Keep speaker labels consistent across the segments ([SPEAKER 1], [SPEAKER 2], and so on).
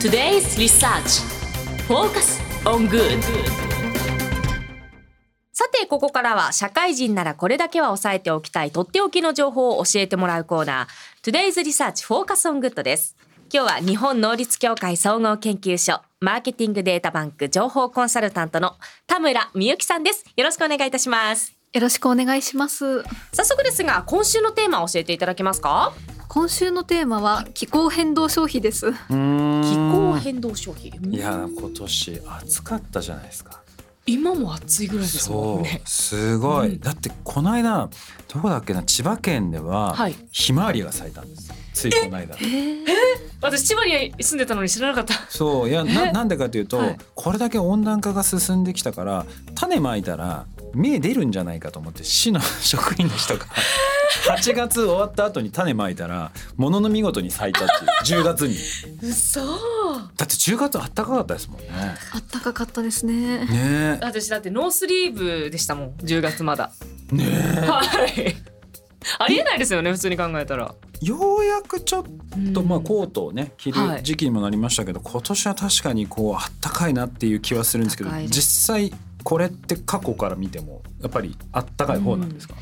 [SPEAKER 1] Today's Research Focus on Good
[SPEAKER 2] さて、ここからは社会人ならこれだけは押さえておきたいとっておきの情報を教えてもらうコーナー Today's Research Focus on Good です。今日は日本能率協会総合研究所マーケティングデータバンク情報コンサルタントの田村美幸さんです。よろしくお願いいたします。
[SPEAKER 3] よろしくお願いします。
[SPEAKER 2] 早速ですが、今週のテーマを教えていただけますか
[SPEAKER 3] 今週のテーマは気候変動消費です。
[SPEAKER 4] うーん
[SPEAKER 2] 気候変動消費。
[SPEAKER 4] いや今年暑かったじゃないですか。
[SPEAKER 2] 今も暑いぐらいですもんね。
[SPEAKER 4] そうすごい、
[SPEAKER 2] うん
[SPEAKER 4] だってこの間どこだっけな千葉県では、
[SPEAKER 2] はい。
[SPEAKER 4] ひまわりが咲いたんですついこの間。
[SPEAKER 2] 私千葉に住んでたのに知らなかった。
[SPEAKER 4] そういやななんでかというと、
[SPEAKER 2] はい
[SPEAKER 4] これだけ温暖化が進んできたから種まいたら芽出るんじゃないかと思って市の職員の 人が8月終わった後に種まいたらものの見事に咲いたっていう10月に
[SPEAKER 2] 嘘。
[SPEAKER 4] だって10月あったかかったで すもんね。
[SPEAKER 3] あったかかったですね。
[SPEAKER 4] ね
[SPEAKER 2] 私だってノースリーブでしたもん。10月まだ。
[SPEAKER 4] えねえ
[SPEAKER 2] はい。ありえないですよね普通に考えたら。
[SPEAKER 4] ようやくちょっと、まあ、コートをね着
[SPEAKER 2] は
[SPEAKER 4] る
[SPEAKER 2] い
[SPEAKER 4] 時期にもなりましたけど、今年は確かにこうあったかいなっていう気はするんですけど
[SPEAKER 2] あったかいです
[SPEAKER 4] 実際これって過去から見てもやっぱりあったかい方なんですか、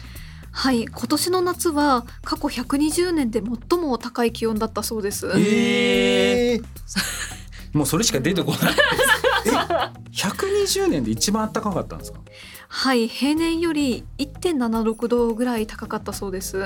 [SPEAKER 3] はい、今年の夏は過去120年で最も高い気温だったそうです。
[SPEAKER 4] え ーもうそれしか出てこないえ120年で一番あったかかったんですか
[SPEAKER 3] はい、平年より1.76度ぐらい高かったそうです。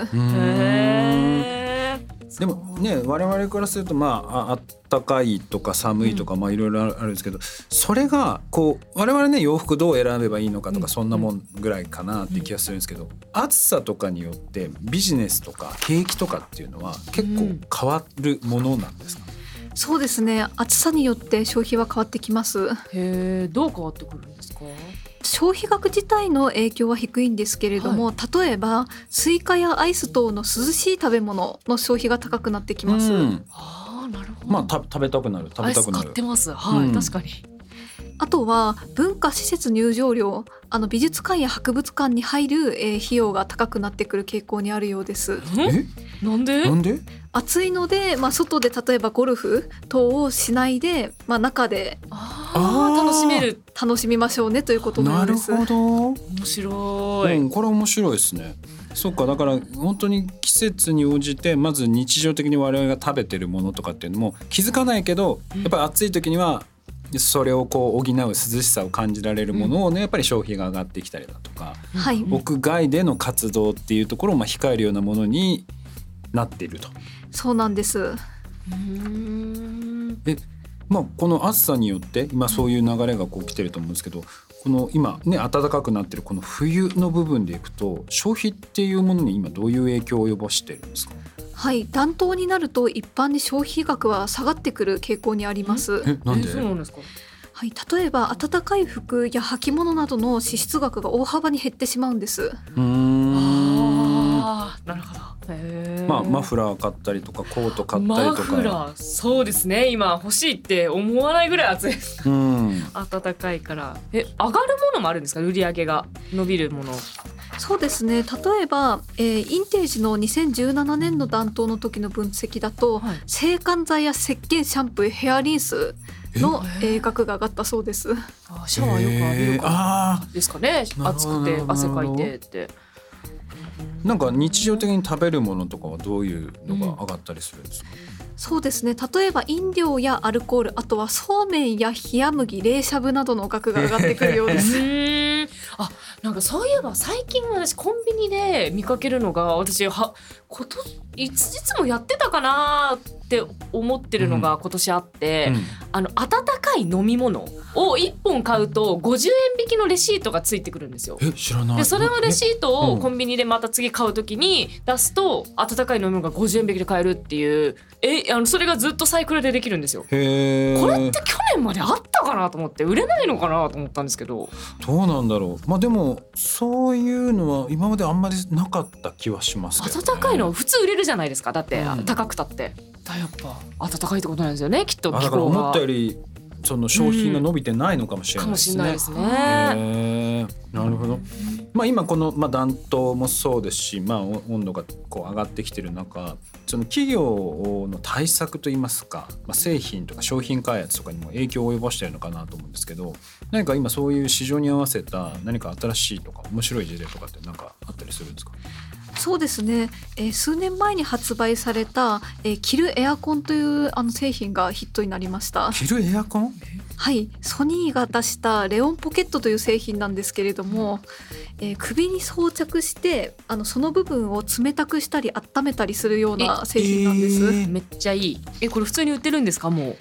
[SPEAKER 2] へー
[SPEAKER 4] でもね我々からするとまあああったかいとか寒いとかまあいろいろあるあるんですけど、それがこう我々ね洋服どう選べばいいのかと
[SPEAKER 2] うん
[SPEAKER 4] かそんなもんぐらいかなって気がするんですけど、暑さとかによってビジネスとか景気とかっていうのは結構変わるものなんですか、
[SPEAKER 3] そうですね、暑さによって消費は変わってきます。
[SPEAKER 2] へえどう変わってくるんですか。
[SPEAKER 3] 消費額自体の影響は低いんですけれども、例えばスイカやアイス等の涼しい食べ物の消費が高くなってきます。
[SPEAKER 4] うん
[SPEAKER 2] ああなるほ
[SPEAKER 4] まあた食べたくなる食べたく
[SPEAKER 2] ア
[SPEAKER 4] な
[SPEAKER 2] イス買
[SPEAKER 4] る
[SPEAKER 2] って。ます。はい、
[SPEAKER 4] うん
[SPEAKER 2] 確かに。
[SPEAKER 3] あとは文化施設入場料あの美術館や博物館に入る、えー費用が高くなってくる傾向にあるようです
[SPEAKER 4] え
[SPEAKER 2] なんで？
[SPEAKER 4] なんで
[SPEAKER 3] 暑いので、まあ、外で例えばゴルフ等をしないで、まあ、中で
[SPEAKER 2] あ
[SPEAKER 4] あ
[SPEAKER 2] あ
[SPEAKER 4] ー
[SPEAKER 2] 楽しめる。
[SPEAKER 3] 楽しみましょうねということな
[SPEAKER 4] なん
[SPEAKER 3] で
[SPEAKER 4] る
[SPEAKER 3] す
[SPEAKER 4] ほど
[SPEAKER 2] 面白い。
[SPEAKER 4] うん、これ面白いですね。そっかだから本当に季節に応じてまず日常的に我々が食べてるものとかっていうのも気づかないけどやっぱり暑い時にはそれをこう補う涼しさを感じられるものをねやっぱり消費が上がってきたりだとか
[SPEAKER 3] はい
[SPEAKER 4] 屋外での活動っていうところをまあ控えるようなものになっていると。
[SPEAKER 3] そうなんです
[SPEAKER 2] うーん
[SPEAKER 4] まあ、この暑さによって今そういう流れがこう来てると思うんですけどこの今ね暖かくなってるこの冬の部分でいくと消費っていうものに今どういう影響を及ぼしてるんですか
[SPEAKER 3] はい暖冬になると一般に消費額は下がってくる傾向にあります、
[SPEAKER 4] えなん
[SPEAKER 2] え
[SPEAKER 4] で
[SPEAKER 2] そうなんですか。
[SPEAKER 3] はい、例えば暖かい服や履物などの支出額が大幅に減ってしまうんです
[SPEAKER 4] うーん
[SPEAKER 2] ああなるほど。へえ。
[SPEAKER 4] まあマフラー買ったりとかコート買った
[SPEAKER 2] マ
[SPEAKER 4] りと
[SPEAKER 2] フ
[SPEAKER 4] か、
[SPEAKER 2] ラーそうですね今欲しいって思わないぐらい暑いです
[SPEAKER 4] うん、
[SPEAKER 2] 暖かいからえ上がるものもあるんですか売り上げが伸びるもの
[SPEAKER 3] そうですね例えば、えーインテージの2017年の暖冬の時の分析だと、
[SPEAKER 2] はい
[SPEAKER 3] 制汗剤や石鹸シャンプーヘアリンスの、
[SPEAKER 2] え
[SPEAKER 3] えー額が上がったそうです
[SPEAKER 2] あシャワーよく浴びるから
[SPEAKER 4] あ
[SPEAKER 2] ですかね
[SPEAKER 4] ほど
[SPEAKER 2] 暑くて汗かいてって
[SPEAKER 4] ーなんか日常的に食べるものとかはどういうのが上がったりするんですか、
[SPEAKER 3] そうですね例えば飲料やアルコールあとはそうめんや冷麦冷しゃぶなどの額が上がってくるよう
[SPEAKER 2] う
[SPEAKER 3] です
[SPEAKER 2] ーんあなんかそういえば最近私コンビニで見かけるのが私はこといついつもやってたかなって思ってるのが今年あって、
[SPEAKER 4] うん
[SPEAKER 2] あの温かい飲み物を1本買うと50円引きのレシートがついてくるんですよ。
[SPEAKER 4] え知らない
[SPEAKER 2] でそれのレシートを
[SPEAKER 4] うん
[SPEAKER 2] コンビニでまた次買うときに出すと温かい飲み物が50円引きで買えるっていうえあのそれがずっとサイクルでできるんですよ。
[SPEAKER 4] へー
[SPEAKER 2] これって去年まであったかなと思って売れないのかなと思ったんですけど
[SPEAKER 4] どうなんだろうまあでもそういうのは今まであんまりなかった気はしますけど、ね、
[SPEAKER 2] 温かいの普通売れるじゃないですかだって、
[SPEAKER 4] うん
[SPEAKER 2] 高くたってだやっぱ温かいってことなんですよねきっと
[SPEAKER 4] あ
[SPEAKER 2] 気
[SPEAKER 4] だから
[SPEAKER 2] 候
[SPEAKER 4] 思
[SPEAKER 2] が
[SPEAKER 4] ったよりその消費が伸びてないのかもしれ
[SPEAKER 2] か
[SPEAKER 4] ないで
[SPEAKER 2] もしれ
[SPEAKER 4] すね。
[SPEAKER 2] ないですね。
[SPEAKER 4] へーなるほど、まあ、今この、まあ、暖冬もそうですし、まあ、お温度がこう上がってきてる中その企業の対策といいますか、まあ、製品とか商品開発とかにも影響を及ぼしてるのかなと思うんですけど何か今そういう市場に合わせた何か新しいとか面白い事例とかって何かあったりするんですか
[SPEAKER 3] そうですね、えー数年前に発売された、えー着るエアコンというあの製品がヒットになりました
[SPEAKER 4] 着るエアコン
[SPEAKER 3] はいソニーが出したレオンポケットという製品なんですけれども、えー首に装着してあのその部分を冷たくしたり温めたりするような製品なんです、え
[SPEAKER 4] え
[SPEAKER 2] めっちゃいい。えこれ普通に売ってるんですかも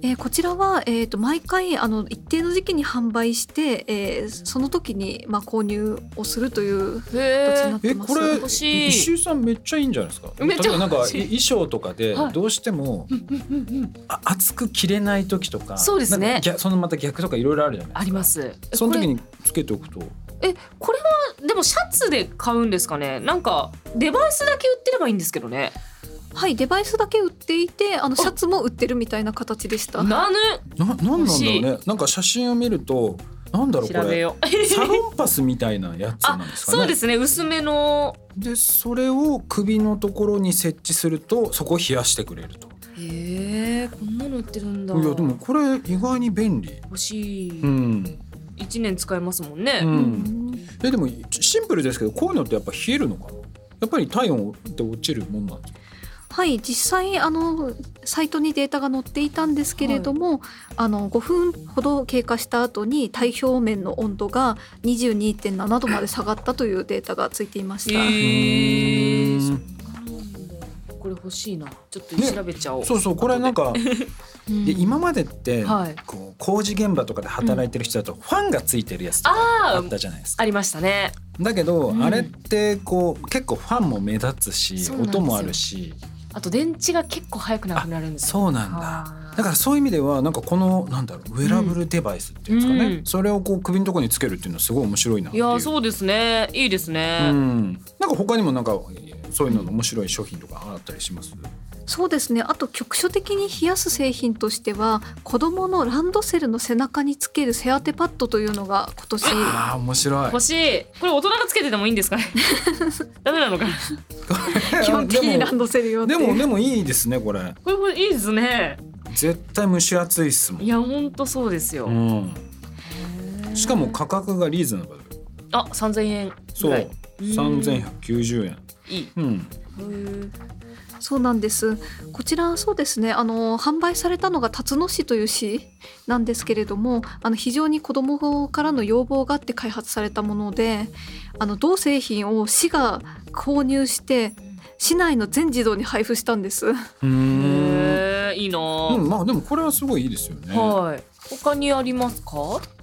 [SPEAKER 3] ーこちらは、えー、と毎回あの一定の時期に販売して、えーその時に、まあ、購入をするという
[SPEAKER 2] う。へ
[SPEAKER 3] 形にな
[SPEAKER 2] ー
[SPEAKER 3] って
[SPEAKER 4] え
[SPEAKER 3] ま
[SPEAKER 4] こ
[SPEAKER 3] す。
[SPEAKER 4] れ
[SPEAKER 2] 欲しい
[SPEAKER 4] 石井さんめっちゃいいんじゃないですか
[SPEAKER 2] めっちゃ
[SPEAKER 4] 例えばなんか
[SPEAKER 2] 欲
[SPEAKER 4] い
[SPEAKER 2] しい
[SPEAKER 4] 衣装とかで
[SPEAKER 2] はい
[SPEAKER 4] どうしてもあ厚く着れない時とか
[SPEAKER 2] そうですね
[SPEAKER 4] なんか逆そのまた逆とかいろいろあるじゃない
[SPEAKER 2] あります。え
[SPEAKER 4] その時につけておく
[SPEAKER 2] こ
[SPEAKER 4] と
[SPEAKER 2] れえこれはでもシャツで買うんですかね。なんかデバイスだけ売ってればいいんですけどね。
[SPEAKER 3] はい、デバイスだけ売っていて、あのシャツも売ってるみたいな形でした。
[SPEAKER 2] なぬ
[SPEAKER 4] ななんなん
[SPEAKER 2] 欲
[SPEAKER 4] だろ
[SPEAKER 2] し
[SPEAKER 4] う
[SPEAKER 2] い
[SPEAKER 4] ねなんか写真を見るとなんだろうこ
[SPEAKER 2] 調べ
[SPEAKER 4] れ
[SPEAKER 2] よう。
[SPEAKER 4] サロンパスみたいなやつなんですかね
[SPEAKER 2] そうですね薄めの。
[SPEAKER 4] でそれを首のところに設置するとそこを冷やしてくれると
[SPEAKER 2] へえこんなの売ってるんだ。
[SPEAKER 4] いやでもこれ意外に便利
[SPEAKER 2] 欲しい。
[SPEAKER 4] うん、
[SPEAKER 2] 一年使えますもんね。
[SPEAKER 4] う、
[SPEAKER 3] うんん
[SPEAKER 4] えでもシンプルですけどこういうのってやっぱ冷えるのかなやっぱり体温って落ちるもんなんですか
[SPEAKER 3] はい、実際あのサイトにデータが載っていたんですけれども、あの5分ほど経過した後に体表面の温度が22.7度まで下がったというデータがついていました。
[SPEAKER 2] へえ
[SPEAKER 4] う
[SPEAKER 2] そっ
[SPEAKER 4] ん
[SPEAKER 2] かこれ欲しいな。ちょっと調べちゃおう。
[SPEAKER 4] そうそうこれなんか
[SPEAKER 2] うん
[SPEAKER 4] で今までって、
[SPEAKER 2] はい
[SPEAKER 4] こう工事現場とかで働いてる人だとファンがついてるやつとかあ
[SPEAKER 2] あ
[SPEAKER 4] っ
[SPEAKER 2] ー
[SPEAKER 4] たじゃないですか。
[SPEAKER 2] ありましたね。
[SPEAKER 4] だけど、
[SPEAKER 2] うん
[SPEAKER 4] あれってこう結構ファンも目立つし
[SPEAKER 2] そうなんですよ
[SPEAKER 4] 音もあるし
[SPEAKER 2] あと電池が結構早くなくなるんですよ。
[SPEAKER 4] そうなんだ。だからそういう意味ではなんかこのなんだろうウェラブルデバイスっていうんですかね、
[SPEAKER 2] うん
[SPEAKER 4] それをこう首のところにつけるっていうのはすごい面白いなって
[SPEAKER 2] い
[SPEAKER 4] いう。
[SPEAKER 2] やーそうですね。いいです
[SPEAKER 4] う
[SPEAKER 2] ね。
[SPEAKER 4] ん、なんか他にもなんかそういうのの面白い商品とかあったりします、
[SPEAKER 3] そうですね。あと局所的に冷やす製品としては、子供のランドセルの背中につける背当てパッドというのが今年。
[SPEAKER 4] ああ面白い
[SPEAKER 2] 欲しい。これ大人がつけててもいいんです かね。ダメなのかな。
[SPEAKER 3] 基本的にランドセル用って
[SPEAKER 4] で
[SPEAKER 3] いう
[SPEAKER 4] もでもでもいいですねこれ
[SPEAKER 2] これもいいですね。
[SPEAKER 4] 絶対蒸し暑いっすもん
[SPEAKER 2] いやほんとそうですよ。
[SPEAKER 4] うん、しかも価格がリーズナブル
[SPEAKER 2] あ三千円ぐ
[SPEAKER 4] そ
[SPEAKER 2] ら
[SPEAKER 4] う
[SPEAKER 2] い。
[SPEAKER 4] 3190円
[SPEAKER 2] いい。
[SPEAKER 4] うん
[SPEAKER 3] そうなんです。こちらそうですね。あの販売されたのが辰野市という市なんですけれども、あの非常に子どもからの要望があって開発されたもので、あの同製品を市が購入して市内の全児童に配布したんです。
[SPEAKER 4] うーん
[SPEAKER 2] へえいいな
[SPEAKER 4] う
[SPEAKER 2] ー。
[SPEAKER 4] んまあでもこれはすごいいいですよね
[SPEAKER 2] はい。他にありますか？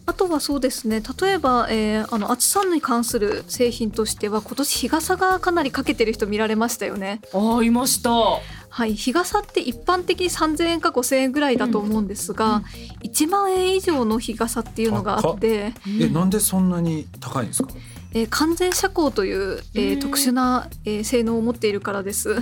[SPEAKER 3] あとはそうですね。例えば、えーあの暑さに関する製品としては今年日傘がかなりかけてる人見られましたよね。
[SPEAKER 2] あーいました。
[SPEAKER 3] はい、日傘って一般的に3,000円か5,000円ぐらいだと思うんですが、1万円以上の日傘っていうのがあって、
[SPEAKER 4] えなんでそんなに高いんですか
[SPEAKER 3] えー完全遮光という、えー
[SPEAKER 2] うん
[SPEAKER 3] 特殊な、えー性能を持っているからです。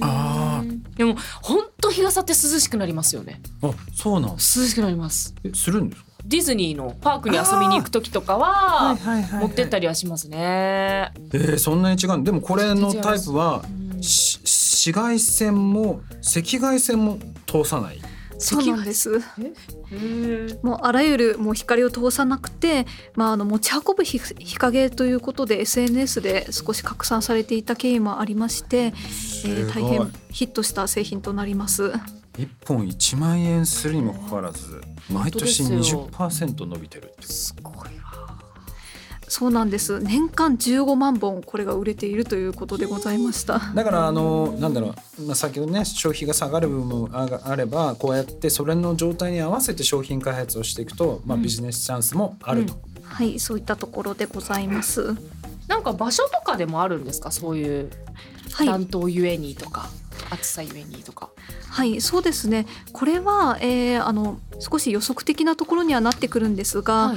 [SPEAKER 4] あ
[SPEAKER 2] でも本当日傘って涼しくなりますよね。
[SPEAKER 4] あそうなん
[SPEAKER 2] 涼しくなります。
[SPEAKER 4] えするんですか
[SPEAKER 2] ディズニーのパークに遊びに行く時とかは
[SPEAKER 4] はいは
[SPEAKER 2] 持ってったりはしますね。
[SPEAKER 4] えーそんなに違うんでもこれのタイプは
[SPEAKER 2] うん
[SPEAKER 4] し紫外線も赤外線も通さない
[SPEAKER 3] そうなんです
[SPEAKER 2] うん
[SPEAKER 3] もうあらゆるもう光を通さなくて、まあ、あの持ち運ぶ日日陰ということで SNS で少し拡散されていた経緯もありまして、えー
[SPEAKER 4] す
[SPEAKER 3] 大
[SPEAKER 4] ごい
[SPEAKER 3] 変ヒットした製品となります。
[SPEAKER 4] 一本1万円するにもかかわらず毎年
[SPEAKER 2] 本当ですよ
[SPEAKER 4] 20%伸びてるって
[SPEAKER 2] すごいわ。
[SPEAKER 3] そうなんです年間15万本これが売れているということでございました
[SPEAKER 4] だからあのなんだろう、まあ、先ほどね消費が下がる部分もあがあればこうやってそれの状態に合わせて商品開発をしていくと、まあ、
[SPEAKER 2] うん
[SPEAKER 4] ビジネスチャンスもあると、
[SPEAKER 3] はいそういったところでございます
[SPEAKER 2] なんか場所とかでもあるんですか？そういう
[SPEAKER 3] はい、
[SPEAKER 2] 担当ゆえにとか暑さゆえにとか。
[SPEAKER 3] はい、そうですねこれは、えーあの少し予測的なところにはなってくるんですが、
[SPEAKER 2] はい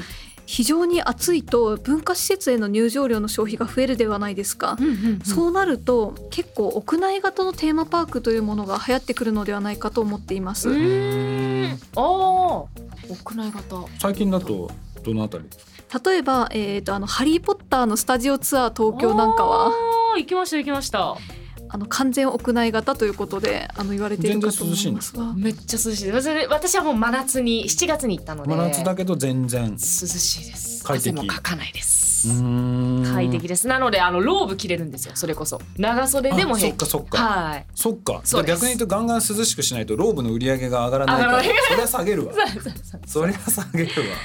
[SPEAKER 3] 非常に暑いと文化施設への入場料の消費が増えるではないですか、
[SPEAKER 2] うんうんうん
[SPEAKER 3] そうなると結構屋内型のテーマパークというものが流行ってくるのではないかと思っています、
[SPEAKER 2] うーん
[SPEAKER 4] ん
[SPEAKER 2] おお屋内型
[SPEAKER 4] 最近だとどのあたりですか
[SPEAKER 3] 例えば、えー、とあの「ハリー・ポッター」のスタジオツアー東京なんかは
[SPEAKER 2] おー行きました行きました
[SPEAKER 3] あの完全屋内型ということであの言われているかと思いますが
[SPEAKER 2] めっちゃ涼しいですそれ私はもう真夏に7月に行ったので
[SPEAKER 4] 真夏だけど全然
[SPEAKER 2] 涼しいです
[SPEAKER 4] 快適
[SPEAKER 2] 汗もかかないです、快
[SPEAKER 4] 快
[SPEAKER 2] 適ですなのであのローブ着れるんですよそれこそ長袖でも
[SPEAKER 4] そ
[SPEAKER 2] 平
[SPEAKER 4] っか
[SPEAKER 2] 気
[SPEAKER 4] そっか
[SPEAKER 2] はい
[SPEAKER 4] そっか
[SPEAKER 2] そうです
[SPEAKER 4] 逆に言うとガンガン涼しくしないとローブの売り上げが上がらないから
[SPEAKER 2] 上がら
[SPEAKER 4] それは下げる わ
[SPEAKER 2] そうそうそう
[SPEAKER 4] それは下げるわ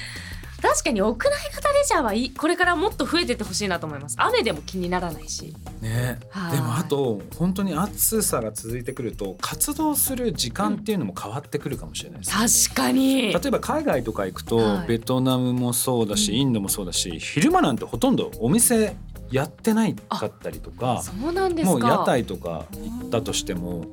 [SPEAKER 2] 確かに屋内型レジャーはいいこれからもっと増えてってほしいなと思います雨でも気にならないし
[SPEAKER 4] ね
[SPEAKER 2] はい
[SPEAKER 4] でもあと本当に暑さが続いてくると活動する時間っていうのも変わってくるかもしれないです、
[SPEAKER 2] 確かに
[SPEAKER 4] 例えば海外とか行くと、
[SPEAKER 2] はい
[SPEAKER 4] ベトナムもそうだし、
[SPEAKER 2] うん
[SPEAKER 4] インドもそうだし昼間なんてほとんどお店やってないかったりとか
[SPEAKER 2] そうなんですか
[SPEAKER 4] もう屋台とか行ったとしても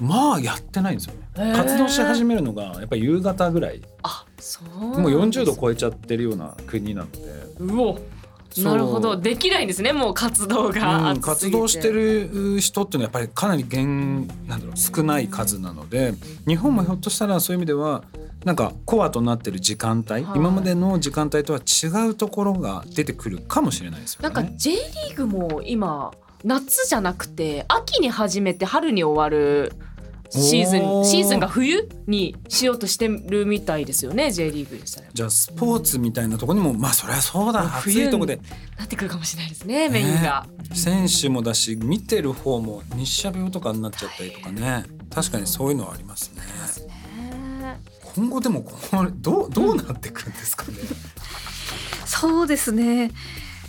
[SPEAKER 4] まあやってないんですよね。
[SPEAKER 2] へー
[SPEAKER 4] 活動し始めるのがやっぱり夕方ぐらい
[SPEAKER 2] あそう
[SPEAKER 4] もう40度
[SPEAKER 2] こ
[SPEAKER 4] 超えちゃってるような国なので
[SPEAKER 2] うお
[SPEAKER 4] そう
[SPEAKER 2] なるほどできないんですねもう活動が、
[SPEAKER 4] うん、活動してる人っていうのはやっぱりかなり減なんだろう少ない数なので日本もひょっとしたらそういう意味ではなんかコアとなってる時間帯、
[SPEAKER 2] はい
[SPEAKER 4] 今までの時間帯とは違うところが出てくるかもしれないですよね。
[SPEAKER 2] なんか J リーグも今夏じゃなくて秋に始めて春に終わるシーズ
[SPEAKER 4] お
[SPEAKER 2] ン
[SPEAKER 4] ー
[SPEAKER 2] シーズンが冬にしようとしてるみたいですよね J リーグでしたら
[SPEAKER 4] じゃあスポーツみたいなところにもまあそりゃそうだ暑
[SPEAKER 2] 冬
[SPEAKER 4] いとこで
[SPEAKER 2] なってくるかもしれないですねメインが、
[SPEAKER 4] 選手もだし見てる方も日射病とかになっちゃったりとかね確かにそういうのはありますね。今後でもこれどうどうなってくんですかね。
[SPEAKER 3] そうですね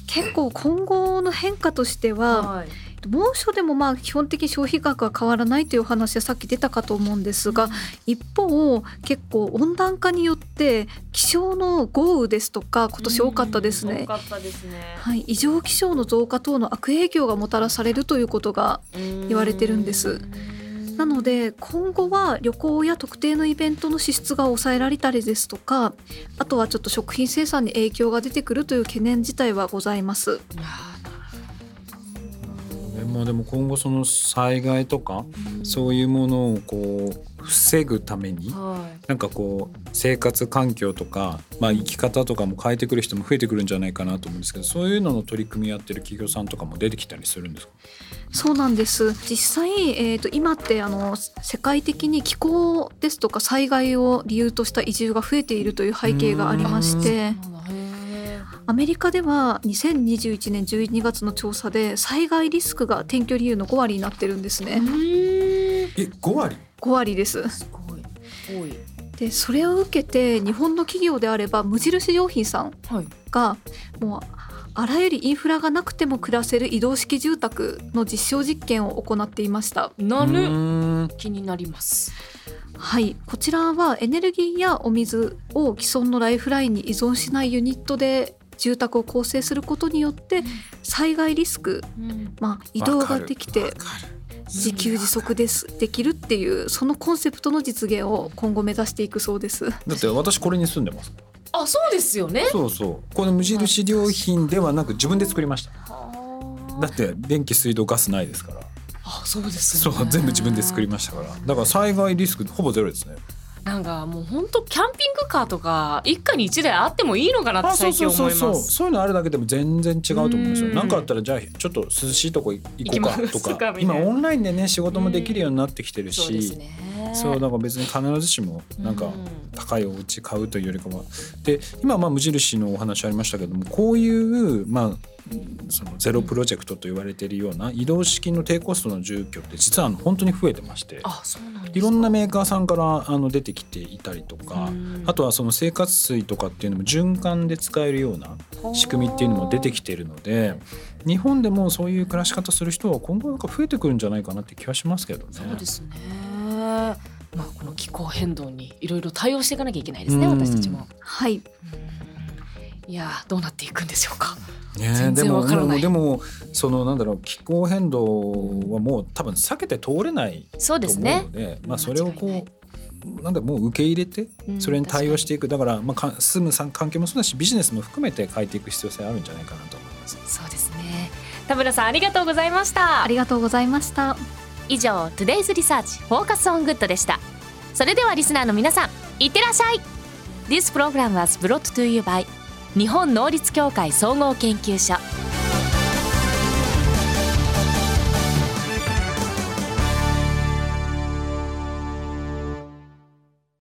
[SPEAKER 3] 結構今後の変化としては、
[SPEAKER 2] はい
[SPEAKER 3] 猛暑でもまあ基本的に消費額は変わらないというお話はさっき出たかと思うんですが、一方結構温暖化によって気象の豪雨ですとか今年多かったです
[SPEAKER 2] うん多
[SPEAKER 3] ね。
[SPEAKER 2] かったですね
[SPEAKER 3] はい、異常気象の増加等の悪影響がもたらされるということが言われてるんですなので今後は旅行や特定のイベントの支出が抑えられたりですとかあとはちょっと食品生産に影響が出てくるという懸念自体はございます。
[SPEAKER 2] いやーな
[SPEAKER 4] ねまあ、でも今後その災害とかそういうものをこう防ぐために
[SPEAKER 2] はい
[SPEAKER 4] なんかこう生活環境とか、まあ、生き方とかも変えてくる人も増えてくるんじゃないかなと思うんですけどそういうのの取り組みやってる企業さんとかも出てきたりするんですか
[SPEAKER 3] そうなんです実際、えー、と今ってあの世界的に気候ですとか災害を理由とした移住が増えているという背景がありまして
[SPEAKER 2] へ
[SPEAKER 3] アメリカでは2021年12月の調査で災害リスクが転居理由の5割になってるんですね
[SPEAKER 2] ー
[SPEAKER 4] え5割
[SPEAKER 3] 5割です
[SPEAKER 2] すごい多い
[SPEAKER 3] でそれを受けて日本の企業であれば無印良品さん
[SPEAKER 2] はい
[SPEAKER 3] がもうあらゆるインフラがなくても暮らせる移動式住宅の実証実験を行っていました
[SPEAKER 2] な
[SPEAKER 4] う
[SPEAKER 2] る
[SPEAKER 4] ーん
[SPEAKER 2] 気になります
[SPEAKER 3] はい、こちらはエネルギーやお水を既存のライフラインに依存しないユニットで住宅を構成することによって災害リスク、まあ、移動ができ
[SPEAKER 4] わ
[SPEAKER 3] て
[SPEAKER 4] かる
[SPEAKER 3] 自給自足ですできるっていうそのコンセプトの実現を今後目指していくそうです。
[SPEAKER 4] だって私これに住んでます
[SPEAKER 2] あそうですよね
[SPEAKER 4] そうそうこの無印良品ではなく自分で作りましただって電気水道ガスないですから
[SPEAKER 2] あそうです
[SPEAKER 4] そ
[SPEAKER 2] よ
[SPEAKER 4] う
[SPEAKER 2] ね
[SPEAKER 4] 全部自分で作りましたからだから災害リスクほぼゼロですね
[SPEAKER 2] なんかもう本当キャンピングカーとか一家に一台あってもいいのかなって最近思います
[SPEAKER 4] そうそういうのあるだけでも全然違うと思うんですよ
[SPEAKER 2] うん
[SPEAKER 4] なんかあったらじゃあちょっと涼しいとこ行こうか
[SPEAKER 2] 行きま
[SPEAKER 4] と
[SPEAKER 2] す
[SPEAKER 4] か
[SPEAKER 2] とかみたい
[SPEAKER 4] 今
[SPEAKER 2] な
[SPEAKER 4] オンラインでね仕事もできるようになってきてる
[SPEAKER 2] そう
[SPEAKER 4] し、
[SPEAKER 2] ですね
[SPEAKER 4] そうだから別に必ずしもなんか
[SPEAKER 2] うん
[SPEAKER 4] 高いお家買うというよりかはで今まあ無印のお話ありましたけどもこういうまあそのゼロプロジェクトと言われているような移動式の低コストの住居って実はあの本当に増えてまして
[SPEAKER 2] あそうなんですか
[SPEAKER 4] いろんなメーカーさんからあの出てきていたりとか
[SPEAKER 2] うん
[SPEAKER 4] あとはその生活水とかっていうのも循環で使えるような仕組みっていうのも出てきているので日本でもそういう暮らし方する人は今後なんか増えてくるんじゃないかなって気はしますけどね。
[SPEAKER 2] そうですねまあこの気候変動にいろいろ対応していかなきゃいけないですね
[SPEAKER 4] うん
[SPEAKER 2] 私たちも
[SPEAKER 3] はい、
[SPEAKER 2] いやーどうなっていくんでしょうか
[SPEAKER 4] ね、
[SPEAKER 2] 全
[SPEAKER 4] で
[SPEAKER 2] 然
[SPEAKER 4] も
[SPEAKER 2] わからない
[SPEAKER 4] でもそのなんだろう気候変動はもう多分避けて通れない
[SPEAKER 2] そうで
[SPEAKER 4] と
[SPEAKER 2] す
[SPEAKER 4] 思う
[SPEAKER 2] ね
[SPEAKER 4] のでまあ、それをこ
[SPEAKER 2] 間違いう
[SPEAKER 4] なんだもう受け入れて
[SPEAKER 2] うん
[SPEAKER 4] それに対応していくだから、まあ、か住むさん環境もそうだしビジネスも含めて変えていく必要性あるんじゃないかなと思います。
[SPEAKER 2] そうですね田村さんありがとうございました
[SPEAKER 3] ありがとうございました。
[SPEAKER 2] 以上 Today's Research フォーカスオングッドでしたそれではリスナーの皆さんいってらっしゃい This program was brought to you by 日本能力協会総合研究所